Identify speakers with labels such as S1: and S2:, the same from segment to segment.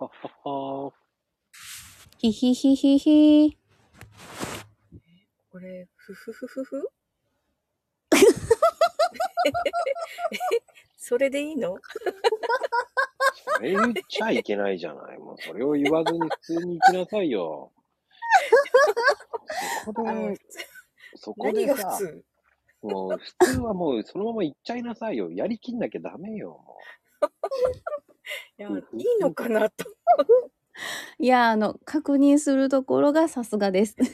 S1: は
S2: ひひひひひ。
S3: これ、ふふふふふ それでいいの
S1: それ言っちゃいけないじゃない。もうそれを言わずに普通に行きなさいよ。そこ
S3: あの
S1: で、そこ
S3: 何
S1: で
S3: が
S1: さ
S3: 普、通
S1: もう普通はもうそのまま行っちゃいなさいよ。やりきんなきゃダメよ。も
S3: いや、いいのかなと。
S2: いや、あの、確認するところがさすがです。
S1: う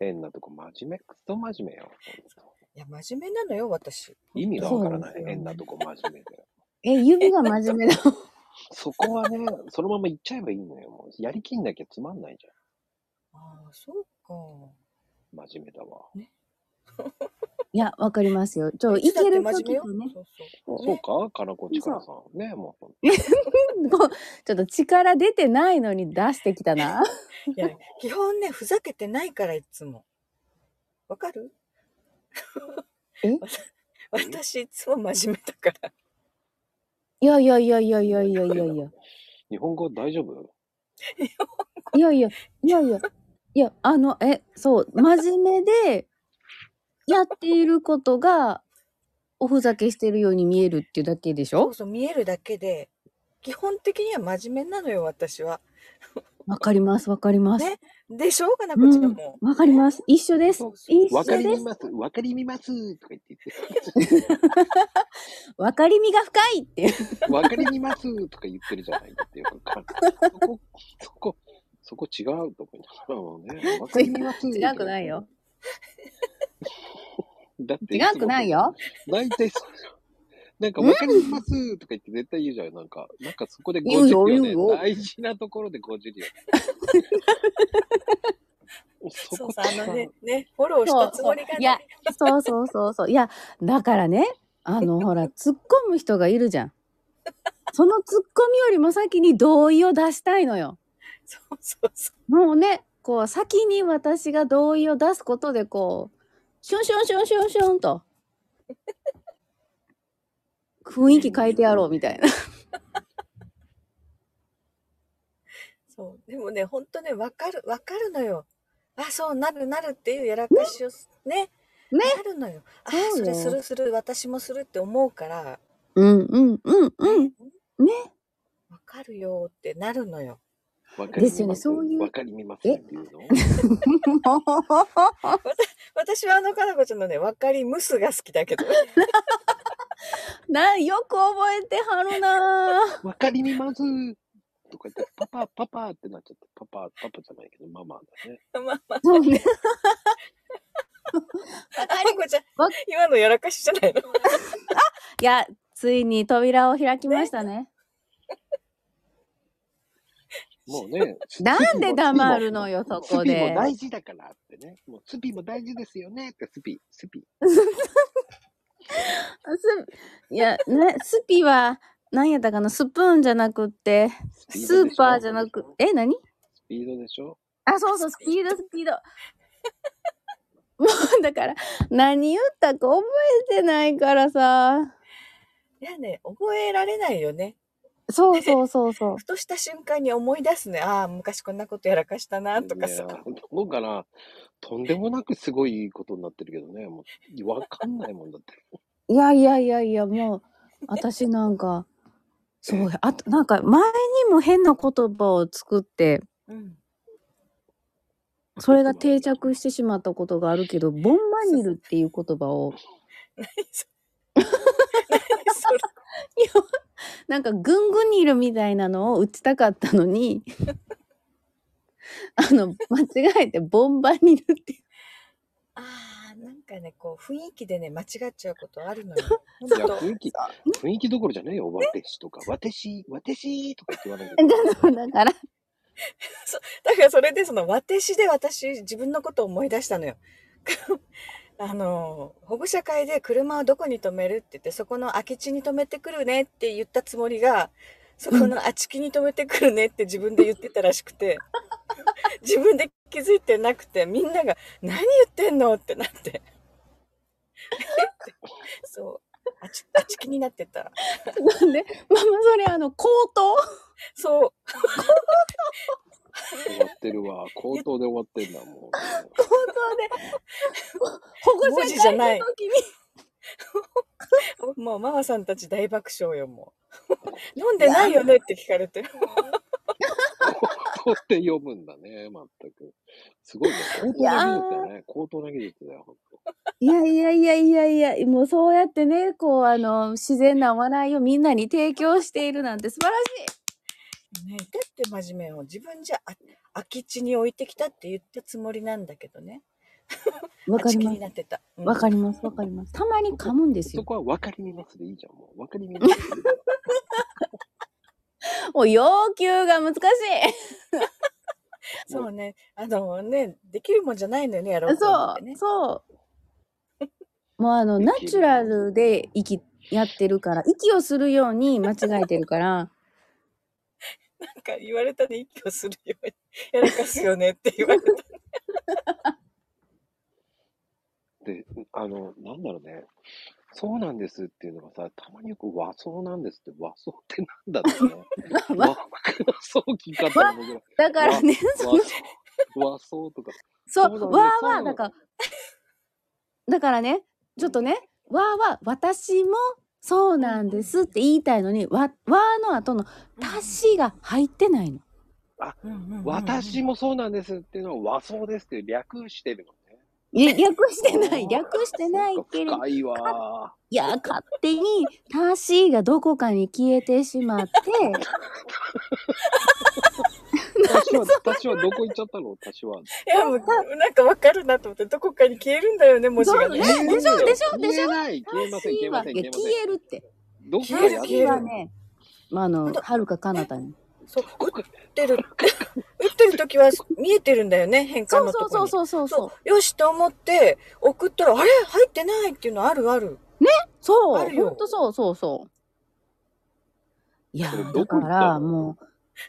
S1: 変なとこ真面目、クソ真面目よ。
S3: いや、真面目なのよ、私。
S1: 意味がわからな
S3: そ
S1: い。
S3: うなんですよ
S1: 変なとこ真面目で。
S2: え、指が真面目だ。
S1: そこはね、そのまま行っちゃえばいいのよ。もうやりきんなきゃつまんないじゃ
S3: ああ、そうか。
S1: ん。真面目だわ。
S2: いや、わかりますよ。ちょ、
S3: い
S2: い
S3: つだっ
S2: け
S3: て
S2: る
S3: 真面目
S2: 時
S3: よ
S2: とね。
S3: そうそう。
S2: こう
S1: そうかかなこちからさん。ね、もう。
S2: こうちょっと力出てないのに出してきたな。
S3: いや、基本ね、ふざけてないから、いつも。わかる
S2: え
S3: 私、いつも真面目だか ら。
S2: いやいやいやいやいやいやいやいや。
S1: 日本語大丈夫
S2: いやいや、いやいや、いや、あの、え、そう、真面目で、やっていることが、おふざけしてるように見えるっていうだけでし
S3: そ
S2: ょ
S3: うそう、見えるだけで、基本的には真面目なのよ、私は。
S2: わかります、わかります。
S3: ねでしょうがな
S2: う
S3: こちら
S2: ん
S3: も。、
S2: わかります。一緒です
S3: そう。そう
S2: 一
S1: わ
S2: 緒
S1: かり
S2: で
S1: み
S2: す。
S1: ますわかりみますとか言って
S2: わかりみが深いっていう。
S1: 言って。わかりみますとか言ってるじゃないっていうか。そこ、そこ、そこ違うと思いながらね。わかりみます
S2: 違くないよ。。
S1: だって
S2: 違
S1: いつも
S2: くないよ。。
S1: 大体そうじゃん。なんか、わかりますとか言って絶対言うじゃん。なんか、なんかそこで
S2: 言う
S1: 50
S2: よ
S1: 秒
S2: 言
S1: ね。
S2: うよ
S1: 大事なところで50秒。 そ
S3: そう
S1: こ
S3: さ、
S1: 違
S3: あの
S1: う
S3: ね、ね、フォローしたつもりが
S2: い
S3: ね
S2: や、そうそうそうそう。いや、だからね、あの、ほら、突っ込む人がいるじゃん。その突っ込みよりも先に同意を出したいのよ。
S3: そうそうそ
S2: もうね、こう、先に私が同意を出すことで、こう、シュンシュンシュンシュンシュンと、雰囲気変えてやろうみたいな。
S3: う。そう。でもね、ほんとね、わかる、わかるのよ。あ、そう、なるなるっていうやらかしをす、ね。
S2: ね
S3: なるのよ。あ、
S2: そう
S3: そ
S2: よ
S3: れするする、私もするって思うから、
S2: うんうんうん うん。ね。
S3: わかるよってなるのよ。
S1: わかりみます
S2: ですよねそういう
S1: わかりみますっていうの
S3: 私はあの、かなこちゃんのね、わかりムスが好き だけど。
S2: な、よく覚えてはるなぁ
S1: わかりみますとか言って、パパ、パパってなっちゃって、パパ、パパじゃないけど、ママだね。
S3: まあまあ、
S2: そうね。
S3: かなこちゃん
S2: わ、
S3: 今のやらかしじゃないの
S2: いや、ついに扉を開きましたね。
S1: もうね。
S2: なんで黙るのよ、そ
S1: ス
S2: こ
S1: ピも
S2: で。
S1: 大事だからってね。もうスピも大事ですよねって、スピ、スピ。
S2: すいや、ね、スピは、何やったかな、スプーンじゃなくって、
S1: ス
S2: スーパーじゃなく、え、何
S1: スピードでしょ
S2: あ、そうそう、スピード、スピード。もう、だから、何言ったか覚えてないからさ。
S3: いやね、覚えられないよね。
S2: そうそうそうそう。
S3: ふとした瞬間に思い出すね。ああ、昔こんなことやらかしたな、とかさ
S1: い。やどうかな。とんでもなくすごいことになってるけどね。もう、わかんないもんだって。
S2: いやいやいやいや、もう、私なんか、そうや、あと、なんか、前にも変な言葉を作って、
S3: うん。
S2: それが定着してしまったことがあるけど、ボンマニルっていう言葉を、
S3: 何それ。何そ れ。
S2: なんか、ぐんぐんにいるみたいなのを打ちたかったの に、あの、間違えて、ボンバニルって
S3: ああ、なんかね、こう、雰囲気でね、間違っちゃうことあるのよ。本
S1: いや、
S3: 当
S1: 雰囲気、雰囲気どころじゃないよ。私とか、私、私とか言って言わない
S2: だ
S1: で。
S2: だから、
S3: だからそれで、その、私で私、自分のことを思い出したのよ。 あの、保護者会で車をどこに止めるって言って、そこの空き地に止めてくるねって言ったつもりが、そこの空き地に止めてくるねって自分で言ってたらしくて、 自分で気づいてなくて、みんなが、何言ってんのってなって。 そう。あち、あちきになってた。
S2: なんで、ママそれあの、口頭
S3: そう。
S1: 口頭で終わってんだもん。
S2: 本当ね。保護
S3: 文
S2: 者
S3: 字じゃない
S2: 会の時に
S3: もうママさんたち大爆笑よ、も う。飲んでないよねって聞かれてる。
S1: 口頭って読むんだね、まったく。すごいね。口頭な技術だよね。口頭な技術だよ、ほんと。
S2: いやいやいやいやいや、もうそうやってね、こう、あの、自然な笑いをみんなに提供しているなんて素晴らしい。
S3: ね、だって真面目を自分じゃあ空き地に置いてきたって言ったつもりなんだけどね。
S2: わかり
S3: 空き地
S2: ま
S3: に
S2: す。
S3: なってた。うん
S2: わかります。わかります。たまに噛むんです
S1: そ
S2: よ。
S1: こは分かりみますでいいじゃん、もう。分かりみますでいいじゃん。
S2: もう要求が難しい。
S3: そうね。あのね、できるもんじゃないのよね、やろうと
S2: そ
S3: 思ってね
S2: う、。そう。もうあの、ナチュラルで息やってるから、息をするように間違えてるから、
S3: なんか言われたね、息をするように。 やらかすよねって言われ た。
S1: で、あの、なんだろうね。そうなんですっていうのがさ、たまによく和装なんですって、和装ってなんだろうね。 和
S2: わ
S1: 装聞い方もぐ
S2: だからね、そ
S1: 和
S2: の
S1: 装、和装とか。
S2: そう、
S1: そうだね
S2: わー
S1: そう
S2: わ
S1: な
S2: ー、
S1: の
S2: だから、だからね、ちょっとね、わーわー、私もそうなんですって言いたいのに、わ、わーの後の、たしが入ってないの。
S3: うんうんうんうん
S1: 私もそうなんですっていうのは和装ですって略してるのね。
S2: い略し てない、略してない
S1: んか
S2: けれど、
S1: 深いわ
S2: いや、勝手に、たしがどこかに消えてしまって、
S1: ー。私は、私はどこ行っちゃったの私は。
S3: いや、もうなんかわかるなと思って、どこかに消えるんだよね、文字
S2: そ
S3: が
S2: う
S3: ね。
S2: ねでしょでしょでし
S1: 消え
S2: ょ
S1: ない。消えません、消えません、消え
S2: い
S1: ませ
S2: や
S1: ん
S2: 消。えるって。
S1: どこ
S3: 消
S1: か
S3: える
S1: やって
S2: 私
S1: る
S2: は。ね、まあ、あの、はるか彼方に。
S3: そう、打ってる。打ってる時は見えてるんだよね、変換
S2: そう
S3: のとこ
S2: そ
S3: に。
S2: うそうそうそうそう。
S3: よしと思って、送ったら、あれ入ってないっていうのある ある。
S2: そ
S3: あ
S2: う、
S3: るよ
S2: ほんとそうそうそう。いや
S1: それ
S2: ー、だ
S1: ど
S2: か
S1: こ行ったの
S2: らも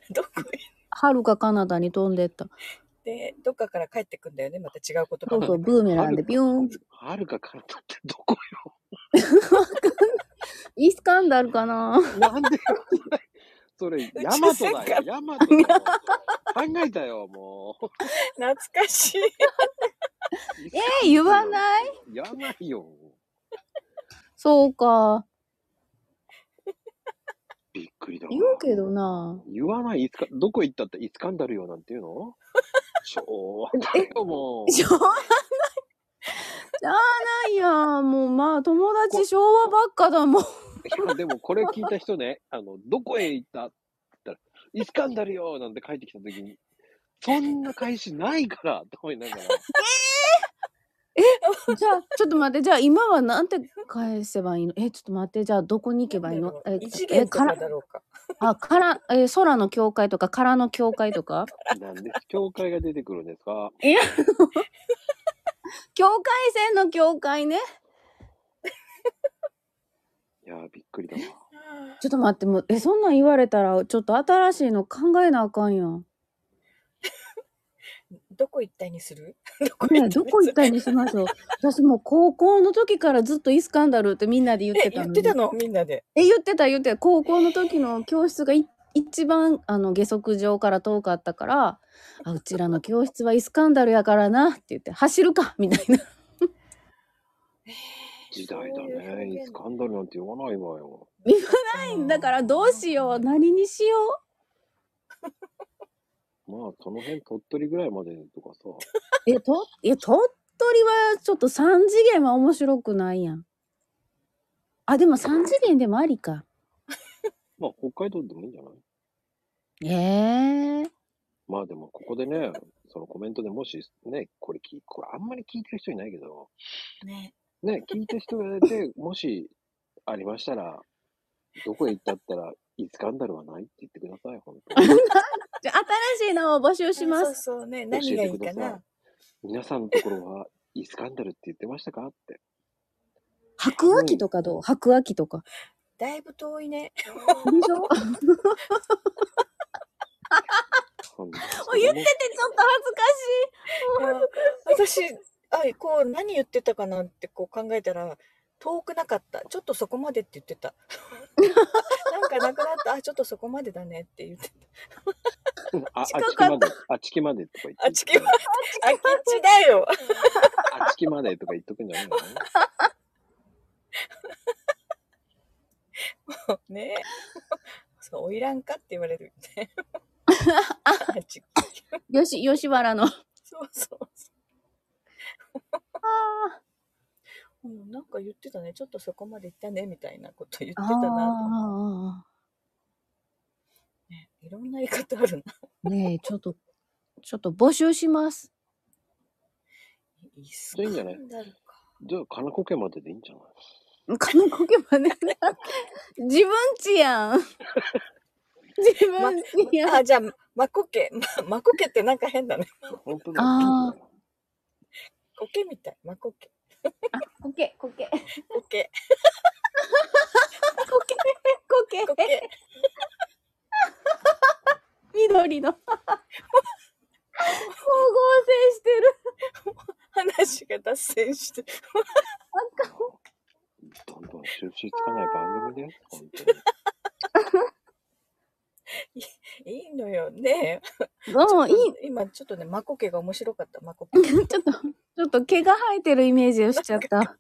S2: う、
S3: どこ行っ
S2: はるかカナダに飛んでった。
S3: て、どっかから帰ってくんだよね、また違う言
S2: そ
S3: 葉
S2: う
S3: で。
S2: そう、ブーメランでビューン。
S1: はるか彼方ってどこ
S2: イスカンダルかな
S1: よ。なんでそれ、
S3: 宙
S1: ヤマトだよ。ヤマトだよ。考えたよ、もう。
S3: 懐かしい。
S2: えー、言わない
S1: いやばいよ。
S2: そうか。
S1: びっくりだわ
S2: 言うけどな。
S1: 言わない、いつか、どこ行ったって、いつかんだるよなんて言う の昭和だよ、もう。
S2: しょうがない。しゃあないやん。もうまあ、友達昭和ばっかだも ん。
S1: いやでもこれ聞いた人ね、あの、どこへ行ったって言ったら、イスカンダルよなんて帰ってきたときに、そんな返しないからと思いながら、
S2: じゃあ、ちょっと待って。じゃあ、今はなんて返せばいいのえ、ちょっと待って。じゃあ、どこに行けばいいのえ、
S3: 異次
S2: え、
S3: 元と
S2: か、
S3: からだろうか。
S2: あ、から、えー空の境界とか、空の境界とか
S1: なんで教会が出てくるんですか
S2: 境界線の境界ね。
S1: いやー、びっくりだわ。
S2: ちょっと待って、もう、え、そんなん言われたら、ちょっと新しいの考えなあかんや ん。
S3: どこ一体にするどこ
S2: ねえ、 どこ行っ
S3: い
S2: たにしましょう。私もう高校の時からずっとイスカンダルってみんなで言ってた
S3: え、言
S2: の
S3: っ
S2: に。
S3: てたのみんなで。
S2: え、言ってた言ってた。高校の時の教室がい一番、あの、下足場から遠かったから、あ、うちらの教室はイスカンダルやからな、って言って、走るかみたいな。
S1: 時代
S3: そういう
S1: だね。
S3: 表
S1: イ
S3: 現
S1: スカンダルなんて言わないわよ。
S2: ないだから、どうしよう。何にしよ
S1: まあ、その辺、鳥取ぐらいまでとかさ、
S2: う。え、と、いや、鳥取はちょっと3次元は面白くないやん。あ、でも3次元でもありか。
S1: まあ、北海道でもいいんじゃない
S2: ええ
S1: まあでも、ここでね、そのコメントでもしね、これ聞い、これあんまり聞いてる人いないけど、
S3: ね。
S1: ね、聞いた人がい て、もしありましたら、どこへ行ったったら、いつかんだるはないって言ってください、本当に。
S2: じゃあ新しいのを募集しま
S3: そう
S2: す。
S3: そうね。何がいいか
S1: 教えてくだ
S3: な
S1: さ。皆さんのところは、いつかんだるって言ってましたかって。
S2: 白亜紀とかどう白亜紀と か。
S3: だいぶ遠 いね。
S2: でしょ
S1: 言
S2: 言っててちょっと恥ずか
S3: 私、あ、こう、何言ってたかなってこう考えたら、遠くなかった。ちょっとそこまでって言ってた。なんかなくなった。あ、ちょっとそこまでだねって言ってた。
S1: あ、あち
S3: 近
S1: き
S3: か
S1: ま
S3: っ
S1: で、あちきまでとか言っ
S3: あちきま
S1: で。
S3: 空き地だよ。
S1: あちきまでとか言っとくんじゃないの
S3: ねえ。そう、おいらんかって言われるみたいな。あち
S2: よし、吉原 の。あ
S3: そうそうそ
S2: あ。
S3: う。うん、なんか言ってたね。ちょっとそこまで行ったね、みたいなこと言ってたなと思っ
S2: あ
S3: て、ね。いろんな言い方あるな。
S2: あ。ねえ、ちょっと、ちょっと募集し ます。
S3: いい
S1: いいんじゃないじゃあ、金子家まででいいんじゃない
S2: 金子家まで。自分ちやん。自分ちやん。
S3: あ、じゃあ、まこけ。ま、まこけってなんか変だね。
S1: 本当だ
S2: あ
S1: よ。
S3: こけみたい。まこ け。
S2: こけ、こけ。
S3: こけ。
S2: こけ、こ
S3: こ
S2: け。
S3: け。
S2: 緑の。光合成してる。
S3: 話が脱線して。
S1: どんどん収集つかない番組だよ。本当に。
S3: いいのよね。
S2: もういい。
S3: 今ちょっとね、まこけが面白かった。まこけ。
S2: ちょっと、ちょっと毛が生えてるイメージをしちゃった。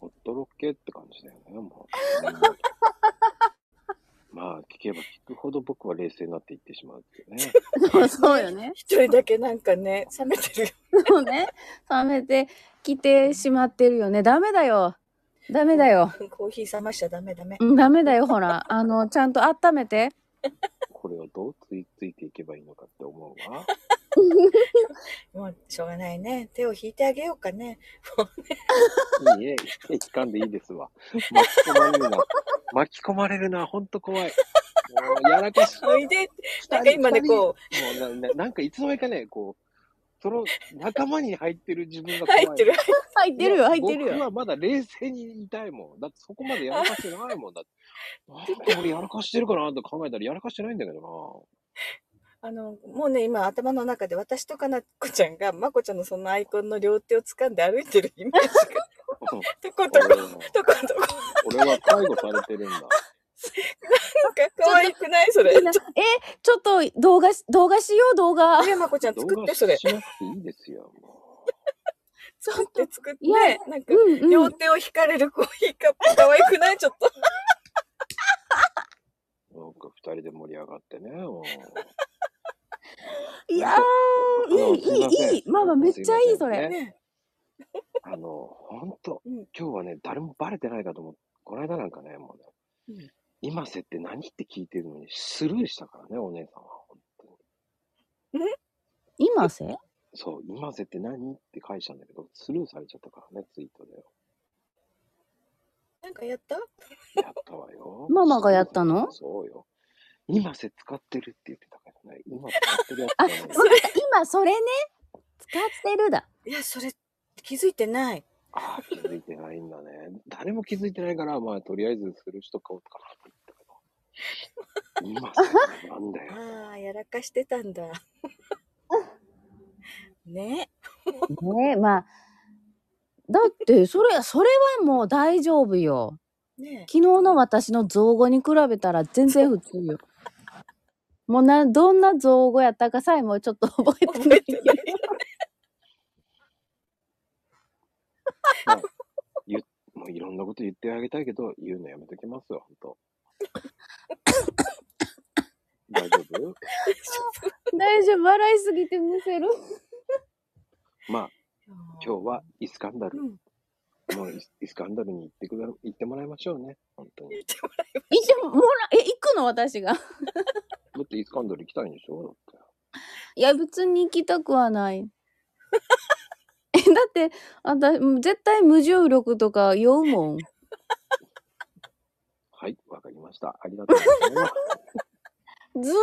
S1: ほっとろけって感じだよね、も う。まあ、聞けば聞くほど僕は冷静になっていってしまうっていう ね。
S2: そうそうよね。
S3: 一人だけなんかね、冷めてるよ。
S2: そうね。冷めてきてしまってるよね。ダメだよ。ダメだよ。
S3: コーヒー冷ましちゃダメダメ。
S2: うんダメだよ、ほ ら。あの、ちゃんと温めて。
S1: これをどうついついていけばいいのかって思うわ。
S3: もうしょうがないね。手を引いてあげようかね。
S1: いいえ、一巻でいいですわ。巻き込まれるな。巻き込まれるな、ほんと怖い。もう、やらかし。
S3: おいで。なんか今ね、こう、
S1: う。もうなな、なんかいつの間にかね、こう、その仲間に入ってる自分が怖い。
S3: 入ってる。
S2: 入ってるよ、入ってる
S1: 僕
S2: よ。
S1: はまだ冷静にいたいもん。だってそこまでやらかしてないもんだって。 なんで俺やらかしてるかなと考えたらやらかしてないんだけど
S3: あの、もうね、今頭の中で私とかなこちゃんが、まこちゃんのそのアイコンの両手を掴んで歩いてるイメージが。
S1: な。
S3: とことこ、
S1: 俺は
S3: とことこ。
S1: 俺は介護されてるんだ。
S3: なんか可愛くないそれ。
S2: みんなえ、ちょっと動画し、動画しよう、動画。
S3: ね、まこちゃん
S1: 動
S3: 作っ
S1: 画
S3: て、
S1: し
S3: そ
S1: な
S3: れ
S1: く。ていいですよ。も
S2: ちょ
S3: 作
S2: っ
S3: って
S2: と。
S3: 作って
S2: いや、
S3: なん
S2: う
S3: か、
S2: んう
S3: 両
S2: ん。
S3: 手を引かれるコーヒーカップ、可愛くないちょっと。
S1: うなんか二人で盛り上がってね。もう
S2: いやー、い
S1: すいません
S2: い、いい、いい。ママめっちゃいい、それ。
S1: ね
S3: ね
S1: あの、本当
S3: うん
S1: 今日はね、誰もバレてないかと思って、この間なんかね、もうね、
S3: うん
S1: 今瀬って何って聞いてるのにスルーしたからね、お姉さんは。本当に
S2: 今せ。
S1: そう、今瀬って何って返したんだけど、スルーされちゃったからね、ツイートで。
S3: なんかやった
S1: やったわよ
S2: ママがやったの
S1: そうよ。今せ使ってるって言ってたからね。今使ってるや
S2: あ、
S1: つじゃない。
S2: それ、今、それね。使ってるだ。
S3: いや、それ、気づいてない。
S1: ああ、気づいてないんだね。誰も気づいてないから、まあ、とりあえずする人買おうかなって言ったけど。今せなんだよ。
S3: ああ、やらかしてたんだ。
S2: ね
S3: ね
S2: え、まあ。だって、それ、それはもう大丈夫よ。
S3: ね
S2: 昨日の私の造語に比べたら全然普通よ。もうな、どんな造語やったかさえもうちょっと覚えて
S3: 覚
S2: ない
S3: え
S2: け
S3: て
S2: ど。
S3: ない。
S1: もういろんなこと言ってあげたいけど、言うのやめときますよ、 ほんと。大丈夫
S2: 大丈夫、笑いすぎてむせる。
S1: まあ、今日はイスカンダ
S3: う
S1: ル、
S3: ん。
S1: もうイスイスカンダルに行ってくだ行ってもらいましょうね、本当に。
S3: 言ってもらえば
S2: 一応、もら、え、行くの私が。
S1: だってイスカンダル行きたいんでしょだって。
S2: いや、別に行きたくはない。え、だって、あんた、絶対無重力とか酔うもん。
S1: はい、わかりました。ありがとうございます。
S2: ずる